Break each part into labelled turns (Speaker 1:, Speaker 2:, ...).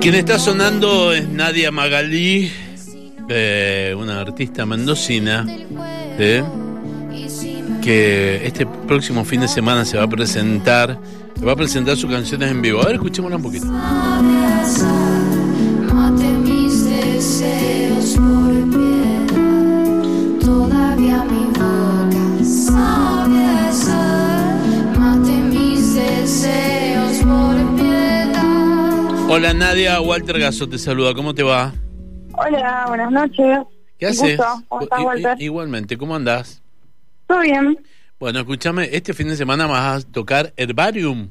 Speaker 1: Quien está sonando es Nadia Magalí, eh, una artista mendocina, eh, que este próximo fin de semana se va a presentar, va a presentar sus canciones en vivo. A ver, escuchémosla un poquito.
Speaker 2: Mate mis deseos por piedra, todavía mi boca sabe a sal. Mate mis deseos por piedra.
Speaker 1: Hola Nadia, Walter Gaso te saluda, ¿cómo te va?
Speaker 3: Hola, buenas noches.
Speaker 1: ¿Qué
Speaker 3: Un
Speaker 1: haces?
Speaker 3: gusto. ¿Cómo
Speaker 1: I-
Speaker 3: estás,
Speaker 1: i-
Speaker 3: Walter?
Speaker 1: Igualmente, ¿cómo andás?
Speaker 3: ¿Todo bien?
Speaker 1: Bueno, escúchame, este fin de semana vas a tocar Herbarium.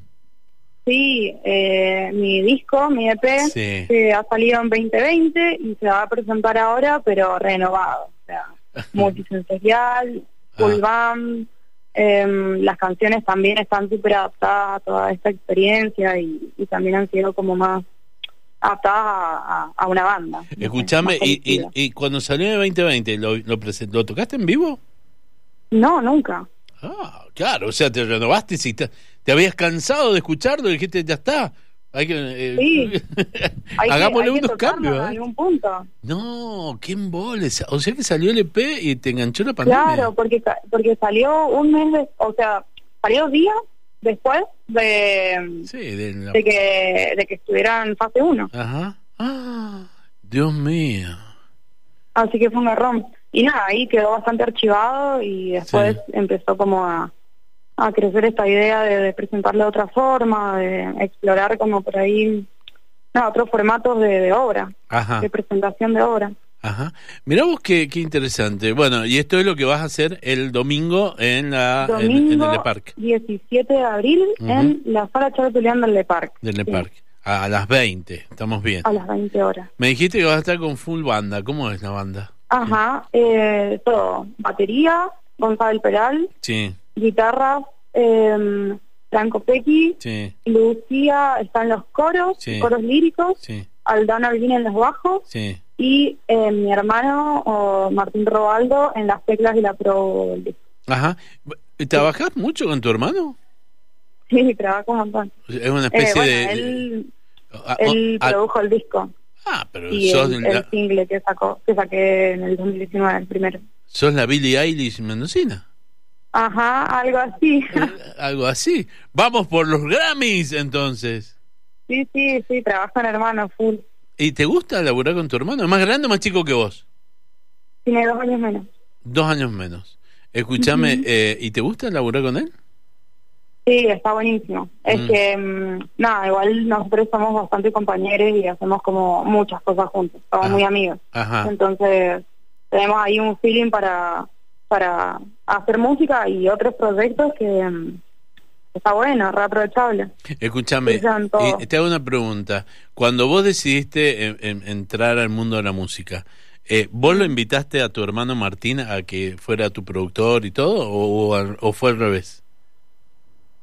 Speaker 3: Sí, eh, mi disco, mi EP,
Speaker 1: Sí.
Speaker 3: que ha salido en 2020 y se va a presentar ahora, pero renovado. O sea, multisensorial,
Speaker 1: Ah.
Speaker 3: full band, em, las canciones también están súper adaptadas a toda esta experiencia y, y también han sido como más adaptadas a, a- a una banda.
Speaker 1: Escúchame,
Speaker 3: Más
Speaker 1: y, y-
Speaker 3: colectiva.
Speaker 1: y cuando salió en 2020, ¿lo, lo, presen- ¿lo tocaste en vivo?
Speaker 3: No, nunca.
Speaker 1: Ah, claro, o sea, te renovaste, si te, te habías cansado de escucharlo, dijiste, ya está. Hay que, eh,
Speaker 3: Sí. Hay que-
Speaker 1: hagámosle
Speaker 3: hay que
Speaker 1: unos
Speaker 3: tocarlo
Speaker 1: cambios.
Speaker 3: En
Speaker 1: ¿eh?
Speaker 3: algún punto.
Speaker 1: No, qué embole. O sea que salió el EP y te enganchó la pandemia.
Speaker 3: Claro, porque sa- porque salió un mes, de- o sea, salió días después de,
Speaker 1: Sí, de la-
Speaker 3: de que de que estuviera en fase 1.
Speaker 1: Ajá. Ah, Dios mío.
Speaker 3: Así que fue un garrón. Y nada, ahí quedó bastante archivado y después empezó como a, a crecer esta idea de, de presentarlo de otra forma, de explorar como por ahí nada, otros formatos de, de obra,
Speaker 1: Ajá,
Speaker 3: de presentación de obra.
Speaker 1: ajá. Mirá vos qué, qué interesante. Bueno, y esto es lo que vas a hacer el domingo en la Ah, en- en,
Speaker 3: Domingo
Speaker 1: el Park.
Speaker 3: 17 de abril en la sala Charles Julián del Le Park.
Speaker 1: Del
Speaker 3: Sí,
Speaker 1: Park. A las 20, estamos bien.
Speaker 3: A las 20 horas.
Speaker 1: Me dijiste que vas a estar con full banda. ¿Cómo es la banda?
Speaker 3: Ajá, eh, todo. Batería, Gonzalo Peral,
Speaker 1: Sí,
Speaker 3: guitarra, eh, Franco Pequi,
Speaker 1: sí,
Speaker 3: Lucía está en los coros,
Speaker 1: Sí.
Speaker 3: coros líricos,
Speaker 1: sí,
Speaker 3: Aldana Albina en los bajos
Speaker 1: sí.
Speaker 3: y eh, mi hermano o Martín Robaldo en las teclas y la pro.
Speaker 1: Ajá. ¿Trabajás mucho con tu hermano?
Speaker 3: Sí, trabajo un montón.
Speaker 1: Es una
Speaker 3: Eh,
Speaker 1: especie
Speaker 3: bueno,
Speaker 1: de...
Speaker 3: él,
Speaker 1: Ah,
Speaker 3: él
Speaker 1: ah,
Speaker 3: produjo el disco
Speaker 1: ah, pero
Speaker 3: y
Speaker 1: sos,
Speaker 3: el,
Speaker 1: la,
Speaker 3: el single que sacó, que saqué en el 2019, el primero.
Speaker 1: sos la Billie Eilish mendocina.
Speaker 3: Ajá, algo así.
Speaker 1: Eh, Algo así. Vamos por los Grammys, entonces.
Speaker 3: sí, sí, sí, trabajo en hermano full.
Speaker 1: ¿Y te gusta laburar con tu hermano? ¿Es más grande o más chico que vos?
Speaker 3: Tiene dos años menos.
Speaker 1: Dos años menos. Escúchame,
Speaker 3: Ujú.
Speaker 1: eh, ¿y te gusta laburar con él?
Speaker 3: Sí, está buenísimo. Es
Speaker 1: Mm.
Speaker 3: que, mm, nada, igual nosotros somos bastante compañeros y hacemos como muchas cosas juntos. Somos
Speaker 1: Ah.
Speaker 3: muy amigos.
Speaker 1: Ajá.
Speaker 3: Entonces, tenemos ahí un feeling para, para hacer música y otros proyectos que mm, está bueno, reaprovechable.
Speaker 1: Escúchame,
Speaker 3: Escuchan todo.
Speaker 1: y te hago una pregunta. Cuando vos decidiste em, em, entrar al mundo de la música, eh, ¿vos lo invitaste a tu hermano Martín a que fuera tu productor y todo? ¿O, o al- o fue al revés?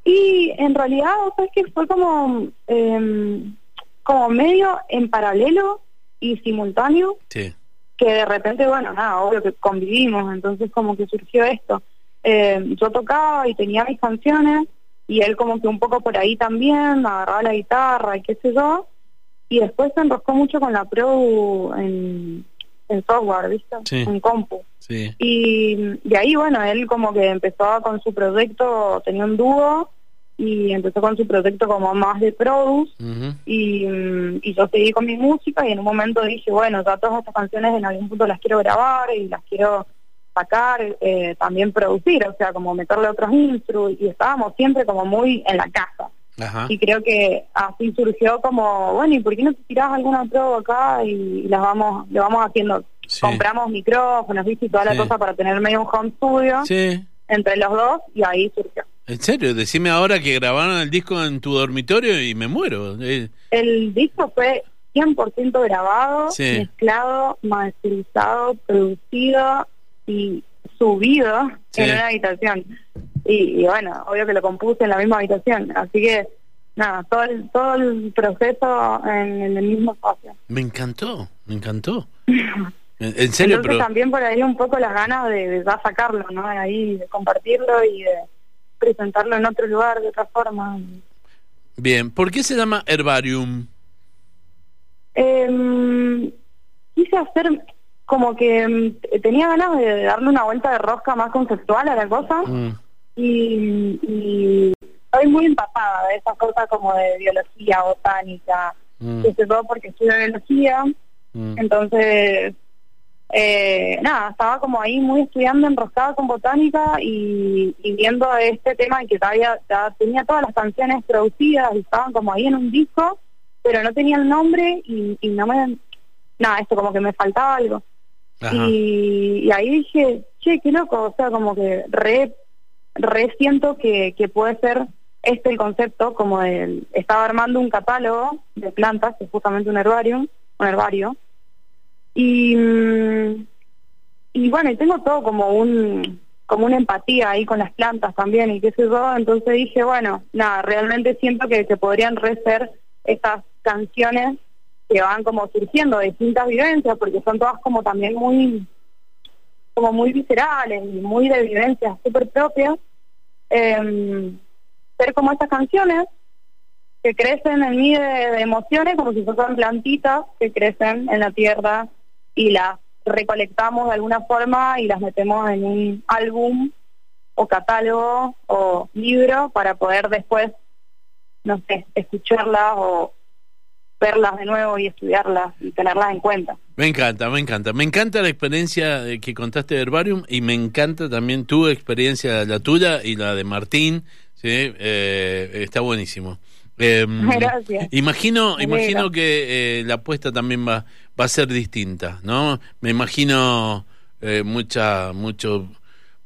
Speaker 3: Y en realidad, o sea, es que fue como, em, como medio en paralelo y simultáneo.
Speaker 1: Sí.
Speaker 3: que de repente, bueno, nada, obvio que convivimos, entonces como que surgió esto. Eh, yo tocaba y tenía mis canciones y él como que un poco por ahí también, agarraba la guitarra y qué sé yo, y después se enroscó mucho con la Pro en, en software, ¿viste?
Speaker 1: Sí.
Speaker 3: En compu.
Speaker 1: Sí.
Speaker 3: Y de ahí, bueno, él como que empezó con su proyecto, tenía un dúo y empezó con su proyecto como más de produce
Speaker 1: Ujú.
Speaker 3: y, mm, y yo seguí con mi música y en un momento dije, bueno, ya todas estas canciones en algún punto las quiero grabar y las quiero sacar, eh, también producir, o sea, como meterle otros instrus y estábamos siempre como muy en la casa.
Speaker 1: Ajá.
Speaker 3: Y creo que así surgió como, bueno, ¿y por qué no te tirás alguna pro acá y, las vamos, lo vamos haciendo?
Speaker 1: Sí.
Speaker 3: Compramos micrófonos, viste, y toda
Speaker 1: Sí.
Speaker 3: la cosa para tener medio un home studio
Speaker 1: Sí.
Speaker 3: entre los dos y ahí surgió.
Speaker 1: En serio, decime ahora que grabaron el disco en tu dormitorio y me muero. Eh,
Speaker 3: El disco fue 100% grabado,
Speaker 1: Sí.
Speaker 3: mezclado, masterizado, producido y subido
Speaker 1: Sí.
Speaker 3: en una habitación. Y, y bueno, obvio que lo compuse en la misma habitación. Así que, nada, todo el, todo el proceso en, en el mismo espacio.
Speaker 1: me encantó, me encantó. En, en serio,
Speaker 3: Entonces
Speaker 1: pero...
Speaker 3: también por ahí un poco las ganas de, de ya sacarlo, ¿no? De ahí, de compartirlo y de presentarlo en otro lugar, de otra forma.
Speaker 1: Bien, ¿por qué se llama Herbarium?
Speaker 3: Em, hacer como que mm, tenía ganas de darle una vuelta de rosca más conceptual a la cosa
Speaker 1: Mm.
Speaker 3: y, y estoy muy empapada de esas cosas como de biología, botánica,
Speaker 1: Mm.
Speaker 3: sobre todo porque estudio biología,
Speaker 1: Mm.
Speaker 3: entonces eh, nada, estaba como ahí muy estudiando, enroscada con botánica y, y viendo este tema que todavía ya tenía todas las canciones producidas y estaban como ahí en un disco, pero no tenía el nombre y, y no me... Nada, esto como que me faltaba algo.
Speaker 1: Ajá.
Speaker 3: Y, y ahí dije, che, qué loco, o sea, como que re, re siento que, que puede ser este el concepto, como el, estaba armando un catálogo de plantas, que es justamente un herbario, un herbario, y, mm, y bueno, y tengo todo como un como una empatía ahí con las plantas también y qué sé yo, entonces dije, bueno, nada, realmente siento que, que podrían re ser estas canciones que van como surgiendo de distintas vivencias, porque son todas como también muy, como muy viscerales y muy de vivencias súper propias, eh, ser como estas canciones que crecen en mí de, de emociones, como si fueran plantitas que crecen en la tierra y las recolectamos de alguna forma y las metemos en un álbum o catálogo o libro para poder después, no sé, escucharlas o verlas de nuevo y estudiarlas y tenerlas en cuenta.
Speaker 1: Me encanta, me encanta. Me encanta la experiencia eh, que contaste de Herbarium y me encanta también tu experiencia, la tuya y la de Martín. ¿sí? Eh, está buenísimo. Eh,
Speaker 3: Gracias.
Speaker 1: Imagino,
Speaker 3: Me
Speaker 1: imagino
Speaker 3: alegra.
Speaker 1: que eh, la apuesta también va, va a ser distinta, ¿no? Me imagino eh, mucha, mucho,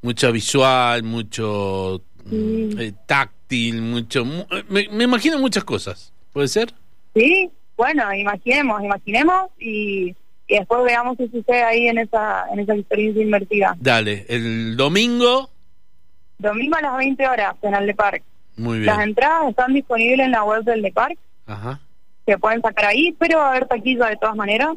Speaker 1: mucha visual, mucho mm,
Speaker 3: Mm.
Speaker 1: eh, táctil, mucho. mu- eh, me, me imagino muchas cosas. ¿Puede ser?
Speaker 3: Sí, bueno, imaginemos, imaginemos y, y después veamos qué sucede ahí en esa, en esa experiencia invertida.
Speaker 1: Dale, el domingo.
Speaker 3: Domingo a las 20 horas en el Park.
Speaker 1: Muy bien.
Speaker 3: Las entradas están disponibles en la web del Park,
Speaker 1: Ajá.
Speaker 3: se pueden sacar ahí, pero va a haber taquilla de todas maneras.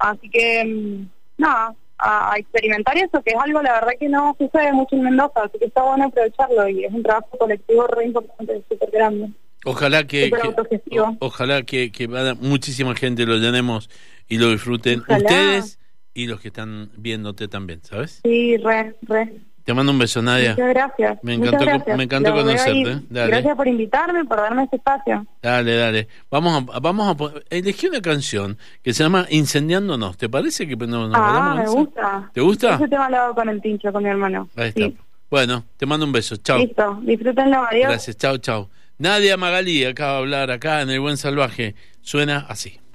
Speaker 3: Así que, mm, nada, a, a experimentar eso, que es algo, la verdad, que no sucede mucho en Mendoza, así que está bueno aprovecharlo y es un trabajo colectivo re importante, súper grande.
Speaker 1: Ojalá que,
Speaker 3: Súper
Speaker 1: que-
Speaker 3: autogestivo.
Speaker 1: o- ojalá que, que vaya muchísima gente lo llenemos y lo disfruten
Speaker 3: Ojalá.
Speaker 1: ustedes y los que están viéndote también, ¿sabes?
Speaker 3: Sí, re, re.
Speaker 1: Te mando un beso, Nadia.
Speaker 3: Muchas gracias.
Speaker 1: Ah, Me
Speaker 3: Muchas
Speaker 1: encantó-
Speaker 3: gracias.
Speaker 1: me encantó
Speaker 3: Lo veo
Speaker 1: conocerte,
Speaker 3: ahí.
Speaker 1: ¿eh? Dale.
Speaker 3: Gracias por invitarme, por darme este espacio.
Speaker 1: Dale, dale. Vamos a, vamos a po- elegí una canción que se llama Incendiándonos. ¿Te parece que nos, nos
Speaker 3: ah,
Speaker 1: quedamos en
Speaker 3: me
Speaker 1: esa?
Speaker 3: gusta.
Speaker 1: ¿Te gusta?
Speaker 3: Ese tema lo hago con el pincho, con mi hermano.
Speaker 1: Ahí está.
Speaker 3: Sí.
Speaker 1: Bueno, te mando un beso. Chao.
Speaker 3: Listo. Disfrútenlo. Adiós.
Speaker 1: Gracias. Chao, chao. Nadia Magalí acaba de hablar acá en El Buen Salvaje. Suena así.